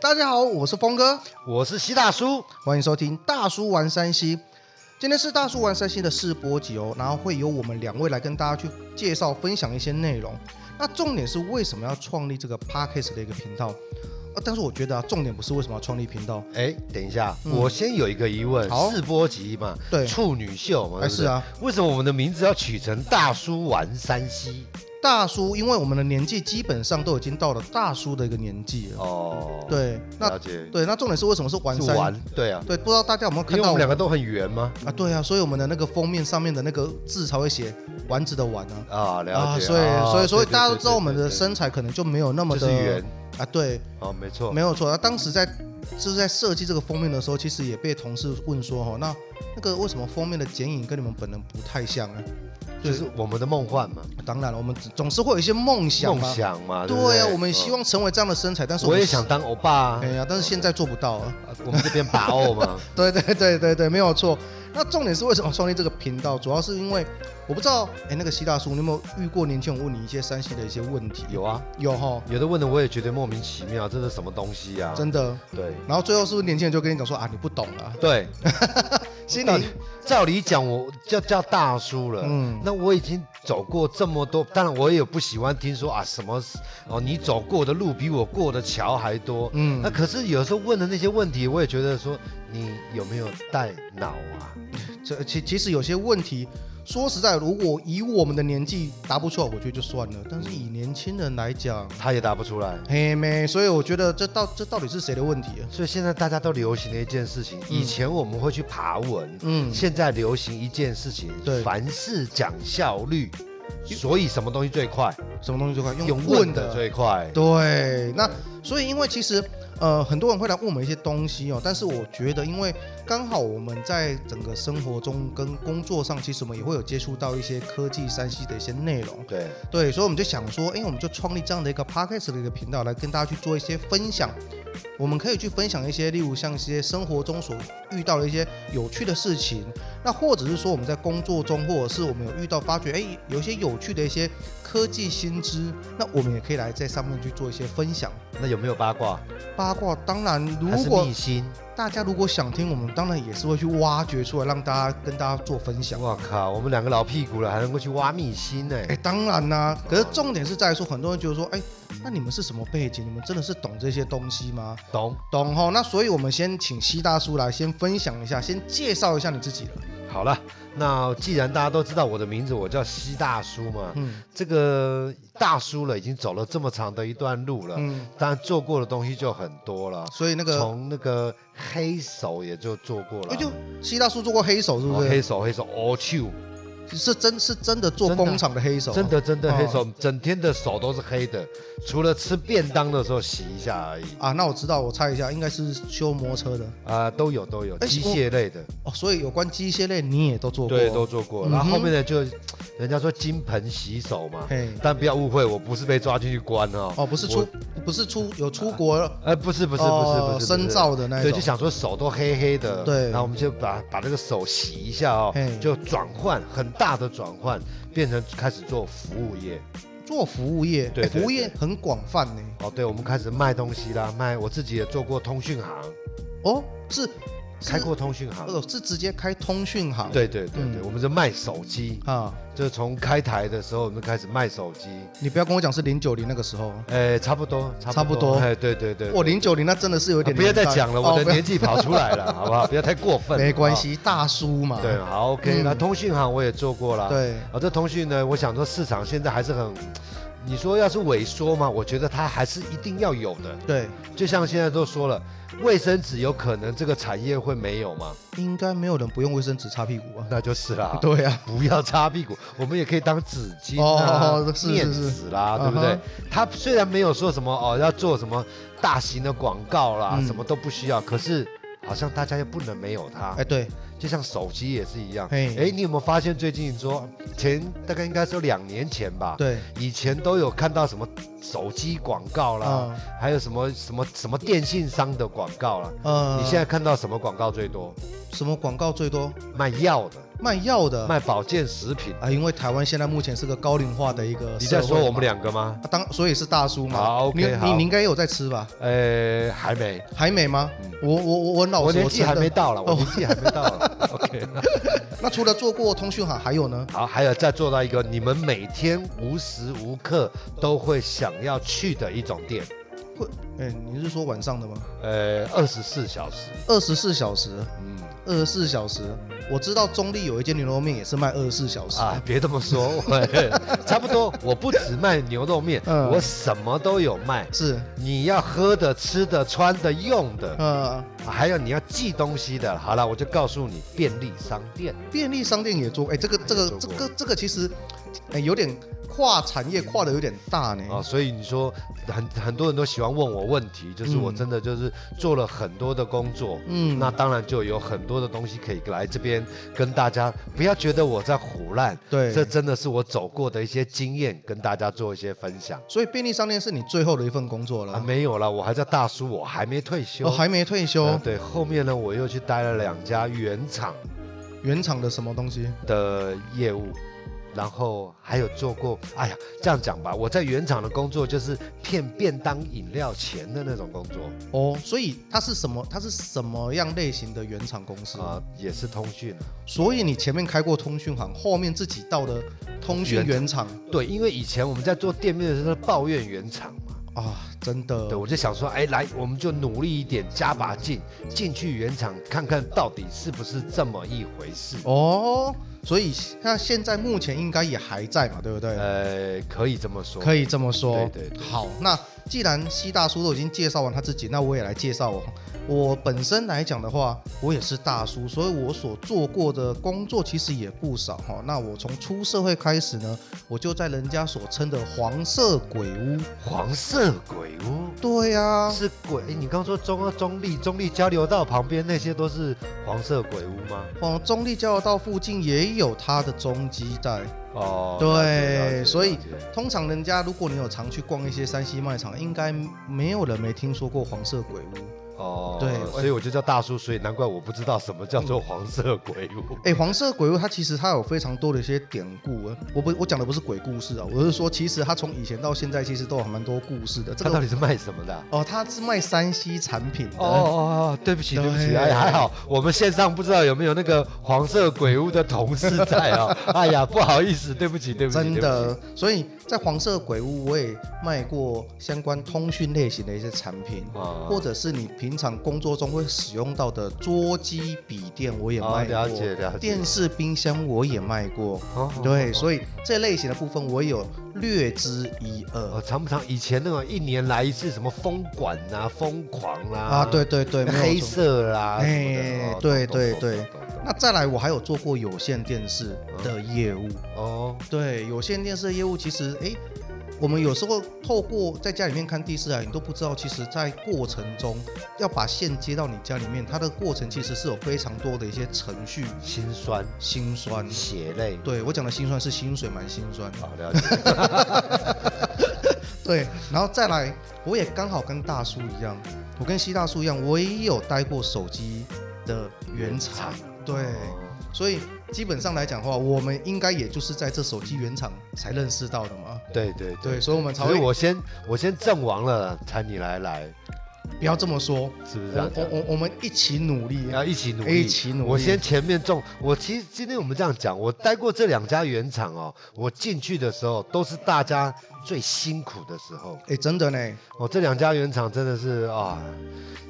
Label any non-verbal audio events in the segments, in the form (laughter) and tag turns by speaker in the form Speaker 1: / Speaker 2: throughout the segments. Speaker 1: 大家好，我是峰哥，
Speaker 2: 我是西大叔，
Speaker 1: 欢迎收听大叔玩山西。今天是大叔玩山西的试播集哦，然后会由我们两位来跟大家去介绍、分享一些内容。那重点是为什么要创立这个 podcast 的一个频道？呃，但是我觉得啊，重点不是为什么要创立频道，
Speaker 2: 哎，等一下，我先有一个疑问
Speaker 1: 嗯好，
Speaker 2: 试播集嘛，
Speaker 1: 对
Speaker 2: 处女秀嘛，
Speaker 1: 哎
Speaker 2: 对不对
Speaker 1: 是啊，
Speaker 2: 为什么我们的名字要取成大叔玩山西？
Speaker 1: 大叔，因为我们的年纪基本上都已经到了大叔的一个年纪了。
Speaker 2: 哦，，
Speaker 1: 对，那
Speaker 2: 了解，
Speaker 1: 对，那重点是为什么是玩
Speaker 2: 是
Speaker 1: 山？
Speaker 2: 玩，对啊，
Speaker 1: 对，不知道大家有没有
Speaker 2: 因
Speaker 1: 看
Speaker 2: 为我
Speaker 1: 到
Speaker 2: 们两个都很圆吗？
Speaker 1: 啊？对啊，所以我们的那个封面上面的那个字才会写“丸子”的“丸”啊。
Speaker 2: 啊，
Speaker 1: 啊，
Speaker 2: 了解，
Speaker 1: 所以
Speaker 2: 啊
Speaker 1: 所以
Speaker 2: 对
Speaker 1: 所以
Speaker 2: 对
Speaker 1: 大家
Speaker 2: 对
Speaker 1: 都知道
Speaker 2: 对
Speaker 1: 我们
Speaker 2: 对
Speaker 1: 的
Speaker 2: 对
Speaker 1: 身材可能就没有那么
Speaker 2: 就是
Speaker 1: 的
Speaker 2: 圆
Speaker 1: 啊，对，
Speaker 2: 哦，没错，
Speaker 1: 没有错。那当时在就是在设计这个封面的时候，其实也被同事问说哦，那那个为什么封面的剪影跟你们本人不太像呢？
Speaker 2: 就是我们的梦幻嘛，
Speaker 1: 当然了，我们只总是会有一些梦想
Speaker 2: 梦
Speaker 1: 嘛。
Speaker 2: 想嘛，对不
Speaker 1: 对呀、啊
Speaker 2: 对
Speaker 1: 我们希。
Speaker 2: 嗯
Speaker 1: 望成为这样的身材，但是
Speaker 2: 我
Speaker 1: 们
Speaker 2: 也想，当欧巴啊
Speaker 1: 哎，呀，但是现在做不到啊。
Speaker 2: 啊我们这边把
Speaker 1: (laughs)
Speaker 2: 欧嘛，
Speaker 1: 对对对对对，没有错。那重点是为什么创立这个频道，主要是因为我不知道，哎，那个西大叔，你有没有遇过年轻人问你一些山西的一些问题？
Speaker 2: 有啊，
Speaker 1: 有哈，
Speaker 2: 有的问的我也觉得莫名其妙，这是什么东西啊？
Speaker 1: 真的。
Speaker 2: 对
Speaker 1: 然后最后是不是年轻人就跟你讲说啊，你不懂了，
Speaker 2: 对，
Speaker 1: 心
Speaker 2: 到
Speaker 1: 里
Speaker 2: 底照理讲，我叫叫大叔了。
Speaker 1: 嗯
Speaker 2: 那我已经走过这么多，当然我也不喜欢听说啊什么哦，你走过的路比我过的桥还多。
Speaker 1: 嗯
Speaker 2: 那可是有时候问的那些问题，我也觉得说你有没有带脑啊？
Speaker 1: 这其其实有些问题，说实在，如果以我们的年纪答不出来，我觉得就算了。但是以年轻人来讲，
Speaker 2: 他也答不出来。
Speaker 1: 嘿妹，所以我觉得这到这到底是谁的问题啊？
Speaker 2: 所以现在大家都流行的一件事情，以前我们会去爬文，
Speaker 1: 嗯
Speaker 2: 现在流行一件事情
Speaker 1: 对，
Speaker 2: 凡事讲效率，所以什么东西最快？
Speaker 1: 什么东西最快？
Speaker 2: 用
Speaker 1: 问
Speaker 2: 问的最快。
Speaker 1: 对，那所以因为其实呃很多人会来问我们一些东西哦，但是我觉得因为刚好我们在整个生活中跟工作上，其实我们也会有接触到一些科技山西的一些内容。
Speaker 2: 对，
Speaker 1: 对，所以我们就想说，哎，我们就创立这样的一个 podcast 的一个频道，来跟大家去做一些分享。我们可以去分享一些，例如像一些生活中所遇到的一些有趣的事情，那或者是说我们在工作中，或者是我们有遇到发觉，哎，有一些有趣的一些科技新知，那我们也可以来在上面去做一些分享。
Speaker 2: 那有没有八卦？
Speaker 1: 八卦，当然，
Speaker 2: 还
Speaker 1: 如
Speaker 2: 是
Speaker 1: 果
Speaker 2: 秘辛？
Speaker 1: 大家如果想听，我们当然也是会去挖掘出来，让大家跟大家做分享。
Speaker 2: 我靠，我们两个老屁股了，还能够去挖秘辛呢、
Speaker 1: 哎，当然啦、可是重点是在于说，很多人觉得说，哎，那你们是什么背景？你们真的是懂这些东西吗？
Speaker 2: 懂？
Speaker 1: 懂吼。那所以我们先请西大叔来先分享一下，先介绍一下你自己了。
Speaker 2: 好了，那既然大家都知道我的名字，我叫西大叔嘛，
Speaker 1: 嗯
Speaker 2: 这个大叔了，已经走了这么长的一段路了，
Speaker 1: 嗯，
Speaker 2: 当然做过的东西就很多了，
Speaker 1: 所以那个，
Speaker 2: 从那个黑手也就做过了，
Speaker 1: 哎就西大叔做过黑手是
Speaker 2: 哦
Speaker 1: 不
Speaker 2: 黑
Speaker 1: 是？
Speaker 2: 手黑手 all two，
Speaker 1: 是真是真的做
Speaker 2: 真的
Speaker 1: 工厂的黑手，
Speaker 2: 真的真的
Speaker 1: 哦
Speaker 2: 黑手，整天的手都是黑的，除了吃便当的时候洗一下而已，
Speaker 1: 啊？那我知道，我猜一下，应该是修摩托车的
Speaker 2: 啊、都有都有，
Speaker 1: 哎
Speaker 2: 机械类的。
Speaker 1: 哦。所以有关机械类你也都做过，
Speaker 2: 对，都做过。
Speaker 1: 嗯哼
Speaker 2: 然后后面呢，就人家说金盆洗手嘛
Speaker 1: 嘿，
Speaker 2: 但不要误会，我不是被抓进去关哦。
Speaker 1: 哦，不是
Speaker 2: 我
Speaker 1: 出，不是出有出国
Speaker 2: 呃，不是不是不是
Speaker 1: 哦
Speaker 2: 不是
Speaker 1: 深造的那一
Speaker 2: 对，
Speaker 1: 种
Speaker 2: 就想说手都黑黑的，
Speaker 1: 对
Speaker 2: 然后我们就把把这个手洗一下哦
Speaker 1: 嘿，
Speaker 2: 就转换很大的转换，变成开始做服务业。
Speaker 1: 做服务业，
Speaker 2: 对
Speaker 1: 哎
Speaker 2: 对
Speaker 1: 服务业
Speaker 2: 对
Speaker 1: 很广泛呢。
Speaker 2: 哦，对，我们开始卖东西啦，卖我自己也做过通讯行，
Speaker 1: 哦，是
Speaker 2: 开过通讯行。
Speaker 1: 哦，是直接开通讯行。
Speaker 2: 对对对
Speaker 1: 嗯
Speaker 2: 对，我们就卖手机，
Speaker 1: 啊，
Speaker 2: 就是从开台的时候我们就开始卖手机，
Speaker 1: 你不要跟我讲是零九零那个时候，
Speaker 2: 哎，差不多，
Speaker 1: 差不多
Speaker 2: 哎，对对对，
Speaker 1: 我零九零那真的是有
Speaker 2: 啊
Speaker 1: 点、
Speaker 2: 不要再讲了，我的年
Speaker 1: 纪、
Speaker 2: 纪跑出来了，
Speaker 1: (laughs)
Speaker 2: 好不好？不要太过
Speaker 1: 哦不要
Speaker 2: 分。
Speaker 1: (laughs) 没关系，大叔嘛。
Speaker 2: 好不好。对，啊好，OK。
Speaker 1: 嗯
Speaker 2: 那通讯行我也做过啦。。
Speaker 1: 对
Speaker 2: 啊，这通讯呢，我想说市场现在还是很，你说要是萎缩嘛，我觉得它还是一定要有的。
Speaker 1: 对，
Speaker 2: 就像现在都说了，卫生纸有可能这个产业会没有吗？ (laughs)
Speaker 1: 应该没有人不用卫生纸擦屁股啊。 (laughs)
Speaker 2: 那就是啦。。
Speaker 1: 对啊，
Speaker 2: 不要擦屁股，我们也可以当纸巾啊、
Speaker 1: 哦是
Speaker 2: 面
Speaker 1: 是是
Speaker 2: 纸啦，
Speaker 1: 嗯
Speaker 2: 对不对
Speaker 1: 哼？
Speaker 2: 它虽然没有说什么哦，要做什么大型的广告啦，
Speaker 1: 嗯
Speaker 2: 什么都不需要，可是好像大家又不能没有它
Speaker 1: 哎、。对，
Speaker 2: 就像手机也是一样。
Speaker 1: 嘿
Speaker 2: 哎，你有没有发现最近说前大概应该说两年前吧？。
Speaker 1: 对，
Speaker 2: 以前都有看到什么手机广告啦，
Speaker 1: 嗯
Speaker 2: 还有什么什么什么电信商的广告啦。
Speaker 1: 呃，
Speaker 2: 你现在看到什么广告最多？
Speaker 1: 什么广告最多？
Speaker 2: 卖药的，
Speaker 1: 卖药的，
Speaker 2: 卖保健食品。
Speaker 1: 啊，因为台湾现在目前是个高龄化的一个
Speaker 2: 你
Speaker 1: 社
Speaker 2: 在
Speaker 1: 会嘛，
Speaker 2: 说我们两个吗？
Speaker 1: 啊当所以是大叔嘛。
Speaker 2: 好
Speaker 1: 你
Speaker 2: ，OK，
Speaker 1: 你
Speaker 2: 好
Speaker 1: 你应该有在吃吧？
Speaker 2: 呃，还没，
Speaker 1: 还没吗？
Speaker 2: 嗯
Speaker 1: 我我我哦我老
Speaker 2: 我
Speaker 1: 实，
Speaker 2: 年纪
Speaker 1: 真
Speaker 2: 还
Speaker 1: 的
Speaker 2: 没到了，我
Speaker 1: 哦
Speaker 2: 年纪还没到
Speaker 1: (laughs)
Speaker 2: 了。OK，
Speaker 1: 那除了做过通讯行，还有呢？
Speaker 2: 好，还有再做到一个你们每天无时无刻都会想要去的一种店，
Speaker 1: 会，哎、你是说晚上的吗？
Speaker 2: 呃，二十四小时，
Speaker 1: 二十四小时，
Speaker 2: 嗯。
Speaker 1: 二十四小时。我知道中立有一间牛肉面也是卖二十四小时。
Speaker 2: 啊，别这么说，我
Speaker 1: (laughs)
Speaker 2: 差不多，我不只卖牛肉面，
Speaker 1: 嗯
Speaker 2: 我什么都有卖。
Speaker 1: 是，
Speaker 2: 你要喝的、吃的、穿的、用的，
Speaker 1: 呃，
Speaker 2: 还有你要寄东西的。好了，我就告诉你，便利商店
Speaker 1: 便利商店也做，哎、这个这
Speaker 2: 也
Speaker 1: 个
Speaker 2: 做
Speaker 1: 这
Speaker 2: 过
Speaker 1: 个这个其实，哎、有点跨产业跨的有点大呢。
Speaker 2: 啊、所以你说很很多人都喜欢问我问题，就是
Speaker 1: 嗯
Speaker 2: 我真的就是做了很多的工作，
Speaker 1: 嗯，
Speaker 2: 那当然就有很多的东西可以来这边跟大家，不要觉得我在胡乱，
Speaker 1: 对
Speaker 2: 这真的是我走过的一些经验，跟大家做一些分享。
Speaker 1: 所以便利商店是你最后的一份工作了。
Speaker 2: 啊，没有了，我还在大叔，我还没退休。
Speaker 1: 我、嗯哦还没退休，
Speaker 2: 呃对，后面呢，我又去待了两家原厂
Speaker 1: 原厂的什么东西？
Speaker 2: 的业务，然后还有做过，哎呀，这样讲吧，我在原厂的工作就是骗便当饮料钱的那种工作
Speaker 1: 哦，所以它是什么？它是什么样类型的原厂公司？
Speaker 2: 啊、也是通讯。
Speaker 1: 所以你前面开过通讯行，后面自己到了通讯原厂
Speaker 2: 对，因为以前我们在做店面的时候抱怨原厂嘛，
Speaker 1: 啊，真的
Speaker 2: 对，我就想说，哎，来，我们就努力一点，加把劲，进去原厂看看到底是不是这么一回事。
Speaker 1: 哦。所以那现在目前应该也还在嘛，对不对？
Speaker 2: 呃，可以这么说，
Speaker 1: 可以这么说。
Speaker 2: 对对对
Speaker 1: 好，那既然西大叔都已经介绍完他自己，那我也来介绍我。我本身来讲的话，我也是大叔，所以我所做过的工作其实也不少哈。那我从出社会开始呢，我就在人家所称的黄色鬼屋。
Speaker 2: 黄色鬼屋。
Speaker 1: 对呀、啊，
Speaker 2: 是鬼？诶你刚说中二、中立、中立交流道旁边那些都是黄色鬼屋吗？
Speaker 1: 往哦中立交流道附近也有它的中基带。
Speaker 2: 哦，
Speaker 1: 对
Speaker 2: 了解了解
Speaker 1: 所以
Speaker 2: 了解
Speaker 1: 通常人家如果你有常去逛一些山西卖场，应该没有人没听说过黄色鬼屋。
Speaker 2: 哦，
Speaker 1: 对我
Speaker 2: 所以我就叫大叔，所以难怪我不知道什么叫做黄色鬼屋。
Speaker 1: 哎、黄色鬼屋它其实它有非常多的一些典故啊，我不我讲的不是鬼故事啊，我是说其实它从以前到现在其实都有蛮多故事的。这
Speaker 2: 他到
Speaker 1: 个
Speaker 2: 底是卖什么的啊？
Speaker 1: 哦，它是卖山西产品的。
Speaker 2: 哦哦哦，对不起对不起，
Speaker 1: 对
Speaker 2: 哎还好我们线上不知道有没有那个黄色鬼屋的同事
Speaker 1: (laughs)
Speaker 2: 在啊、哎呀不好意思，对不起对不起，
Speaker 1: 真
Speaker 2: 对不起
Speaker 1: 的，所以在黄色鬼屋，我也卖过相关通讯类型的一些产品，
Speaker 2: 啊
Speaker 1: 或者是你平常工作中会使用到的桌机、笔电，我也
Speaker 2: 哦
Speaker 1: 卖过。
Speaker 2: 了解了解
Speaker 1: 电视、冰箱我也卖过。
Speaker 2: 哦哦
Speaker 1: 对，
Speaker 2: 哦
Speaker 1: 所以这类型的部分我有略知一二。
Speaker 2: 呃，常不常以前那种一年来一次什么疯管啊、疯狂啦
Speaker 1: 啊，对对对，没有
Speaker 2: 黑
Speaker 1: 错
Speaker 2: 色啦，
Speaker 1: 哎
Speaker 2: 什么的哦
Speaker 1: 对
Speaker 2: 懂
Speaker 1: 对
Speaker 2: 懂
Speaker 1: 对
Speaker 2: 懂懂懂
Speaker 1: 那再来，我还有做过有线电视的业务。
Speaker 2: 哦，
Speaker 1: 对，有线电视的业务其实，哎、我们有时候透过在家里面看第四台，你都不知道，其实在过程中要把线接到你家里面，它的过程其实是有非常多的一些程序
Speaker 2: 心酸、
Speaker 1: 辛酸。
Speaker 2: 血泪，
Speaker 1: 对我讲的辛酸是薪水蛮辛酸的。
Speaker 2: 好了解。
Speaker 1: 对，然后再来，我也刚好跟大叔一样，我跟西大叔一样，我也有待过手机的原厂。 (laughs) 对。
Speaker 2: 哦
Speaker 1: 所以基本上来讲的话，我们应该也就是在这手机原厂才认识到的嘛。
Speaker 2: 对对
Speaker 1: 对，，所以我们才
Speaker 2: 所
Speaker 1: 会
Speaker 2: 以我先我先阵亡了，才你来来，
Speaker 1: 不要这么说，
Speaker 2: 是不是
Speaker 1: 我
Speaker 2: 这样
Speaker 1: 我
Speaker 2: 讲？
Speaker 1: 我我们一起努力。
Speaker 2: 要一起努力，
Speaker 1: 一起努力
Speaker 2: 我先前面中，我其实今天我们这样讲，我待过这两家原厂哦，我进去的时候都是大家最辛苦的时候。
Speaker 1: 哎，真的呢，
Speaker 2: 哦，这两家原厂真的是啊，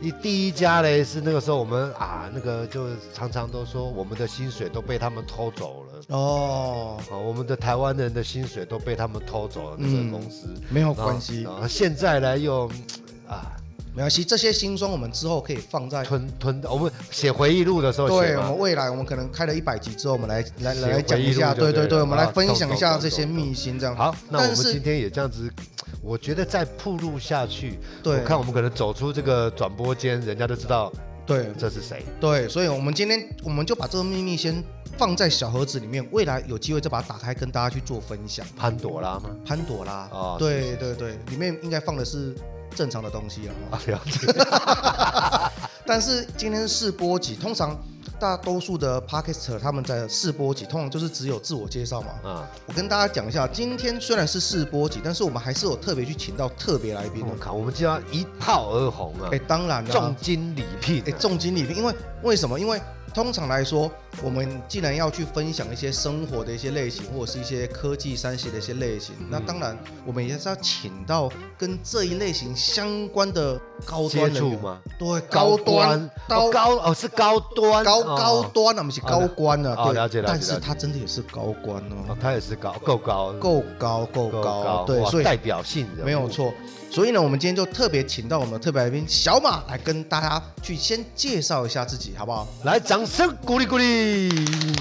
Speaker 2: 一第一家嘞是那个时候我们啊，那个就常常都说我们的薪水都被他们偷走了，
Speaker 1: 哦，
Speaker 2: 啊，我们的台湾人的薪水都被他们偷走了那个
Speaker 1: 嗯
Speaker 2: 公司，
Speaker 1: 没有
Speaker 2: 然后
Speaker 1: 关系，
Speaker 2: 然后现在呢又嗯啊
Speaker 1: 没关系，这些辛酸我们之后可以放在
Speaker 2: 吞吞，我们写回忆录的时候写
Speaker 1: 对我
Speaker 2: 嘛
Speaker 1: 们未来，我们可能开了一百集之后，我们来来
Speaker 2: 写
Speaker 1: 来来讲
Speaker 2: 回忆
Speaker 1: 一下，
Speaker 2: 录就
Speaker 1: 对对
Speaker 2: 对
Speaker 1: 对，
Speaker 2: 了
Speaker 1: 我们来
Speaker 2: 啊
Speaker 1: 分
Speaker 2: 懂
Speaker 1: 享一
Speaker 2: 懂
Speaker 1: 下
Speaker 2: 懂
Speaker 1: 这些
Speaker 2: 懂
Speaker 1: 秘辛这样。
Speaker 2: 好，那我
Speaker 1: 但
Speaker 2: 们
Speaker 1: 是
Speaker 2: 今天也这样子，我觉得再铺路下去，
Speaker 1: 对
Speaker 2: 我看我们可能走出这个转播间，人家都知道
Speaker 1: 对
Speaker 2: 这是谁。
Speaker 1: 对，所以我们今天我们就把这个秘密先放在小盒子里面，未来有机会再把它打开跟大家去做分享。
Speaker 2: 潘朵拉吗？ (laughs)
Speaker 1: 潘朵拉，
Speaker 2: 哦
Speaker 1: 对
Speaker 2: 是是
Speaker 1: 对对，里面应该放的是正 (laughs) 常的东西啊。
Speaker 2: 啊，了解。
Speaker 1: 但是今天试播集，通常大多数的 p a d c a s t e r 他们在试播集，通常就是只有自我介绍嘛。
Speaker 2: 啊，
Speaker 1: 我跟大家讲一下，今天虽然是试播集，但是我们还是有特别去请到特别来宾的
Speaker 2: 我。靠，我们就要一炮而红啊
Speaker 1: 哎、，当然啦、
Speaker 2: 哦重金礼聘啊，
Speaker 1: 哎，重金礼聘，因为为什么？因为通常来说，我们既然要去分享一些生活的一些类型，或者是一些科技、三系的一些类型，
Speaker 2: 嗯
Speaker 1: 那当然我们也是要请到跟这一类型相关的高端
Speaker 2: 接
Speaker 1: 人
Speaker 2: 触
Speaker 1: 员？
Speaker 2: 吗？
Speaker 1: 对，
Speaker 2: 高
Speaker 1: 端
Speaker 2: 端，
Speaker 1: 高
Speaker 2: 哦高哦是高端，
Speaker 1: 高
Speaker 2: 哦
Speaker 1: 高端啊，不是高官啊，
Speaker 2: 哦
Speaker 1: 对，
Speaker 2: 了解了解
Speaker 1: 但是
Speaker 2: 了解
Speaker 1: 他真的也是高官
Speaker 2: 哦
Speaker 1: 哦，
Speaker 2: 他也是高，够高，
Speaker 1: 够高，够高，对，
Speaker 2: 哇
Speaker 1: 所以
Speaker 2: 代表性人物
Speaker 1: 没有。错。所以呢，我们今天就特别请到我们的特别来宾小马来跟大家去先介绍一下自己，好不好？
Speaker 2: 来，掌声鼓励鼓励。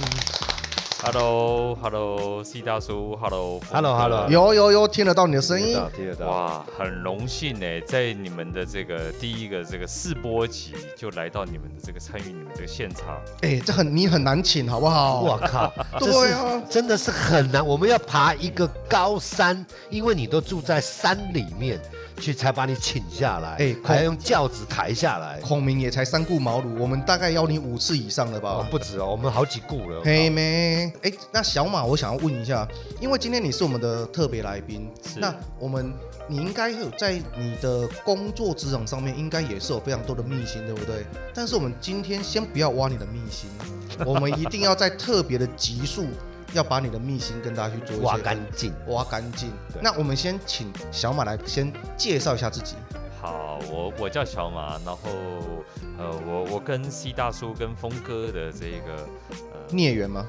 Speaker 3: h e l l o h e l l o c 大叔，Hello，峰哥
Speaker 2: Hello，Hello
Speaker 1: 有有啊有，听得到你的声音。
Speaker 2: 听得到，
Speaker 3: 哇，很荣幸呢，在你们的这个第一个这个试播集就来到你们的这个参与你们这个现场，
Speaker 1: 哎、这很你很难请，好不好？
Speaker 2: 我
Speaker 1: (laughs)
Speaker 2: 靠，这
Speaker 1: 哦对
Speaker 2: 是
Speaker 1: 啊
Speaker 2: 真的是很难。我们要爬一个高山，因为你都住在山里面，去才把你请下来，
Speaker 1: 哎
Speaker 2: 还要用轿子抬下来，
Speaker 1: 孔明也才三顾茅庐，我们大概邀你五次以上了
Speaker 2: 哦
Speaker 1: 吧？
Speaker 2: 不止哦，我们好几顾了。
Speaker 1: 嘿妹，哎、那小马，我想要问一下，因为今天你是我们的特别来宾，
Speaker 3: 是
Speaker 1: 那我们你应该有在你的工作职场上面，应该也是有非常多的秘辛，对不对？但是我们今天先不要挖你的秘辛，我们一定要在特别的集数，要把你的秘辛跟大家去做一些
Speaker 2: 挖干净。
Speaker 1: 挖干净
Speaker 2: 对。
Speaker 1: 那我们先请小马来先介绍一下自己。
Speaker 3: 好，我我叫小马，然后呃，我我跟 C 大叔跟峰哥的这个呃
Speaker 1: 孽缘吗？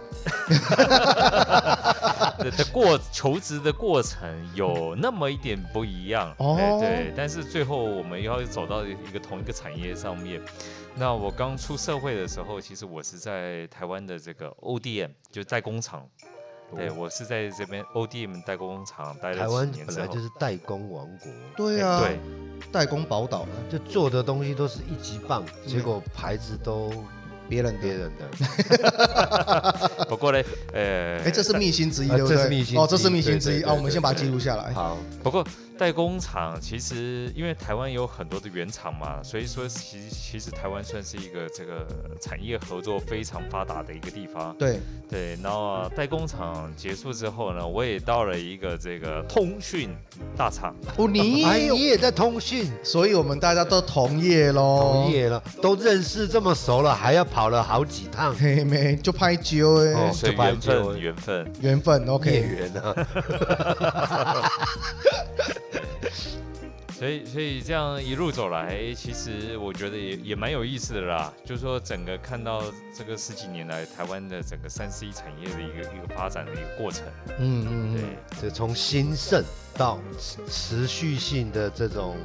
Speaker 2: 哎
Speaker 3: (laughs) 的的过求职的过程有那么一点不一样，
Speaker 1: 哦
Speaker 3: 哎对，但是最后我们要走到一个同一个产业上面。那我刚出社会的时候，其实我是在台湾的这个 ODM，就代工厂。对，我是在这边 ODM 代工厂待了
Speaker 2: 台
Speaker 3: 几
Speaker 2: 湾
Speaker 3: 年
Speaker 2: 本
Speaker 3: 之
Speaker 2: 来
Speaker 3: 后，
Speaker 2: 就是代工王国，
Speaker 1: 对
Speaker 3: 哎
Speaker 1: 啊，
Speaker 3: 对，
Speaker 1: 代工宝岛啊
Speaker 2: 就做的东西都是一级棒，
Speaker 1: 嗯
Speaker 2: 结果牌子都
Speaker 1: 别人
Speaker 2: 别
Speaker 1: 的。
Speaker 2: 人的。
Speaker 3: 不过呢，呃，
Speaker 1: 哎，这是秘辛之一，
Speaker 2: 呃
Speaker 1: 对不对？
Speaker 2: 这是秘辛之一
Speaker 1: 哦，这是秘辛之
Speaker 2: 对对
Speaker 1: 一
Speaker 2: 对
Speaker 1: 啊！我们先把它
Speaker 2: 对
Speaker 1: 记录下来。
Speaker 2: 好，
Speaker 3: 不过代工厂其实因为台湾有很多的原厂嘛，所以说其其实台湾算是一个这个产业合作非常发达的一个地方。
Speaker 1: 对，
Speaker 3: 对，然后啊代工厂结束之后呢，我也到了一个这个通讯大厂，
Speaker 1: 哦，你
Speaker 2: 哎，
Speaker 1: 也有，
Speaker 2: 你也在通讯。
Speaker 1: 所以我们大家都同业喽。
Speaker 2: 同，业了，都认识这么熟了，还要跑了好几趟，
Speaker 1: 嘿没，就拍揪
Speaker 2: 哦
Speaker 1: 哎，
Speaker 3: 所以
Speaker 2: 就把
Speaker 3: 缘
Speaker 2: 就
Speaker 3: 分缘分。
Speaker 1: 缘分
Speaker 2: 孽
Speaker 1: OK。
Speaker 2: 缘啊，
Speaker 3: 所以所以这样一路走来，其实我觉得也也蛮有意思的啦。就是说整个看到这个十几年来台湾的整个三 C 产业的一个一个发展的一个过程，
Speaker 1: 嗯嗯
Speaker 3: 对。
Speaker 1: 嗯，
Speaker 2: 这从兴盛到持持续性的这种。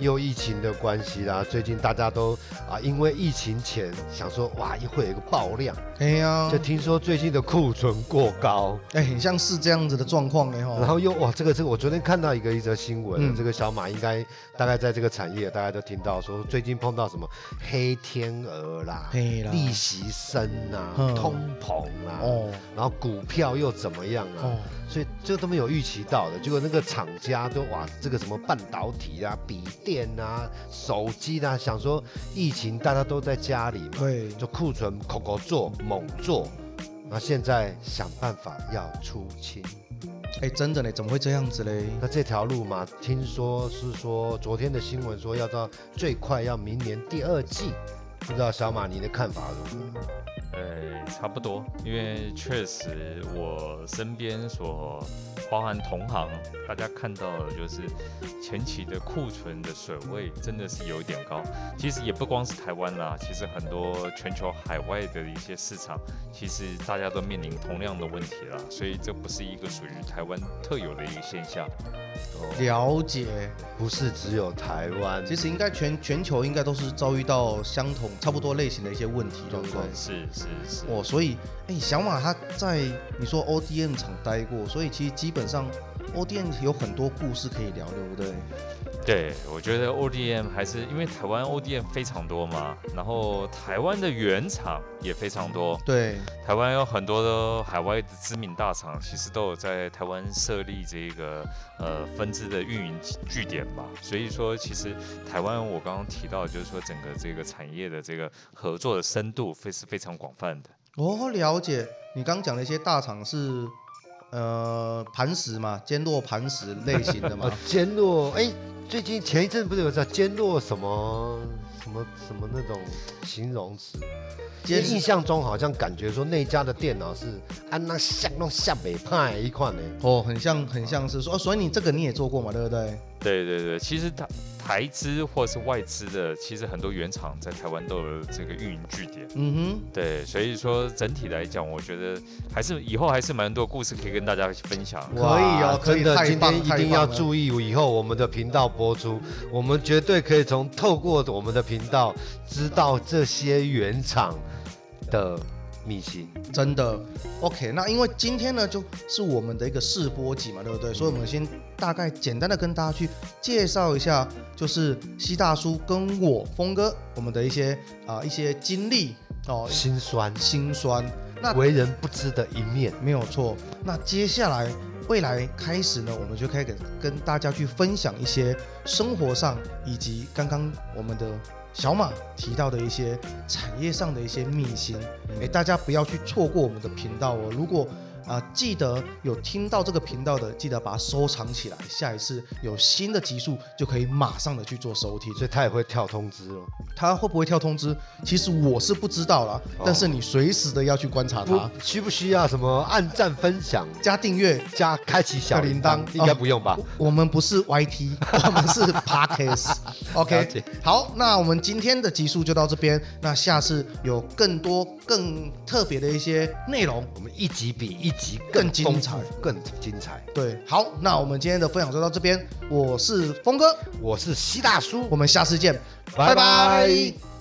Speaker 2: 又疫情的关系啦，最近大家都啊，因为疫情前想说哇，一会有一个爆量，
Speaker 1: 哎呀
Speaker 2: 就，听说最近的库存过高，
Speaker 1: 哎，很像是这样子的状况哎
Speaker 2: 然
Speaker 1: 哈。
Speaker 2: 后又哇，这个这个，我昨天看到一个一则新闻，
Speaker 1: 嗯
Speaker 2: 这个小马应该大概在这个产业，大家都听到说最近碰到什么黑天鹅啦、
Speaker 1: 嘿啦，
Speaker 2: 利息升啊、
Speaker 1: 嗯
Speaker 2: 通膨啊，
Speaker 1: 哦
Speaker 2: 然后股票又怎么样啊？
Speaker 1: 哦，
Speaker 2: 所以这都没有预期到的。结果那个厂家都哇，这个什么半导体啊、笔电啊、手机啊，想说疫情大家都在家里嘛，
Speaker 1: 对，
Speaker 2: 就库存口口做猛做，那现在想办法要出清。
Speaker 1: 哎，真的嘞，怎么会这样子嘞？
Speaker 2: 那这条路嘛，听说是说昨天的新闻说要到最快要明年第二季，不知道小马你的看法如何？
Speaker 3: 呃，差不多，因为确实我身边所包含同行，大家看到的就是前期的库存的水位真的是有一点高。其实也不光是台湾啦，其实很多全球海外的一些市场，其实大家都面临同样的问题啦，所以这不是一个属于台湾特有的一个现象。哦
Speaker 1: 了解。
Speaker 2: 不是只有台湾，
Speaker 1: 其实应该全全球应该都是遭遇到相同差不多类型的一些问题，对不对？
Speaker 3: 是是是，
Speaker 1: 哦，所以哎，小马他在你说 ODM 厂待过，所以其实基本上 ODM 有很多故事可以聊，对不对？
Speaker 3: 对，我觉得 ODM 还是因为台湾 ODM 非常多嘛，然后台湾的原厂也非常多，
Speaker 1: 对，
Speaker 3: 台湾有很多的海外的知名大厂，其实都有在台湾设立这个呃分支的运营据点嘛。所以说，其实台湾我刚刚提到，就是说整个这个产业的这个合作的深度非是非常广泛的。
Speaker 1: 哦，了解。你刚讲的一些大厂是，呃，磐石嘛，坚若磐石类型的 (laughs) 嘛
Speaker 2: 啊，，坚若哎，最近前一阵不是有叫坚若什么什么什么那种形容词？
Speaker 1: 坚
Speaker 2: 印象中好像感觉说那家的电脑是安那像弄下北派一款呢。
Speaker 1: 哦，很像，很像是说，哦，所以你这个你也做过嘛，对不对？
Speaker 3: 对对对，其实台台资或是外资的，其实很多原厂在台湾都有这个运营据点。
Speaker 1: 嗯
Speaker 3: 对，所以说整体来讲，我觉得还是以后还是蛮多故事可以跟大家分享。
Speaker 1: 可以
Speaker 2: 哇
Speaker 1: 哦可以
Speaker 2: 真的，
Speaker 1: 太
Speaker 2: 今
Speaker 1: 棒
Speaker 2: 天一
Speaker 1: 太
Speaker 2: 定
Speaker 1: 棒
Speaker 2: 要
Speaker 1: 了
Speaker 2: 注意，以后我们的频道播出，我们绝对可以从透过我们的频道知道这些原厂的秘辛。
Speaker 1: 哼，真的。OK，那因为今天呢，就是我们的一个试播集嘛，对不对？所以我们先大概简单的跟大家去介绍一下，就是西大叔跟我峰哥我们的一些啊、一些经历哦，
Speaker 2: 心酸，
Speaker 1: 心酸。那
Speaker 2: 为人不知的一面。
Speaker 1: 没有错。那接下来未来开始呢，我们就开始跟大家去分享一些生活上以及刚刚我们的小马提到的一些产业上的一些秘辛。诶，大家不要去错过我们的频道哦。如果啊、记得有听到这个频道的，记得把它收藏起来，下一次有新的集数就可以马上的去做收听。
Speaker 2: 所以他也会跳通知哦，
Speaker 1: 它会不会跳通知？其实我是不知道啦，但是你随时的要去观察它，
Speaker 2: 不啊需不需要什么按赞、分享、
Speaker 1: 加订阅，
Speaker 2: 加开启小铃铛
Speaker 1: 小铃铛，
Speaker 2: 应该不用吧？
Speaker 1: 我我们不是 YT，我 (laughs) 们是 Podcast。
Speaker 2: (laughs) 了
Speaker 1: OK，
Speaker 2: 解
Speaker 1: 好，那我们今天的集数就到这边。那下次有更多更特别的一些内容。
Speaker 2: 我们一集比一集
Speaker 1: 更
Speaker 2: 更
Speaker 1: 精
Speaker 2: 丰富
Speaker 1: 彩、
Speaker 2: 更精彩。
Speaker 1: 对，好，那我们今天的分享就到这边。我是峰哥，
Speaker 2: 我是西大叔，
Speaker 1: 我们下次见，
Speaker 2: 拜
Speaker 1: 拜
Speaker 2: 拜
Speaker 1: 拜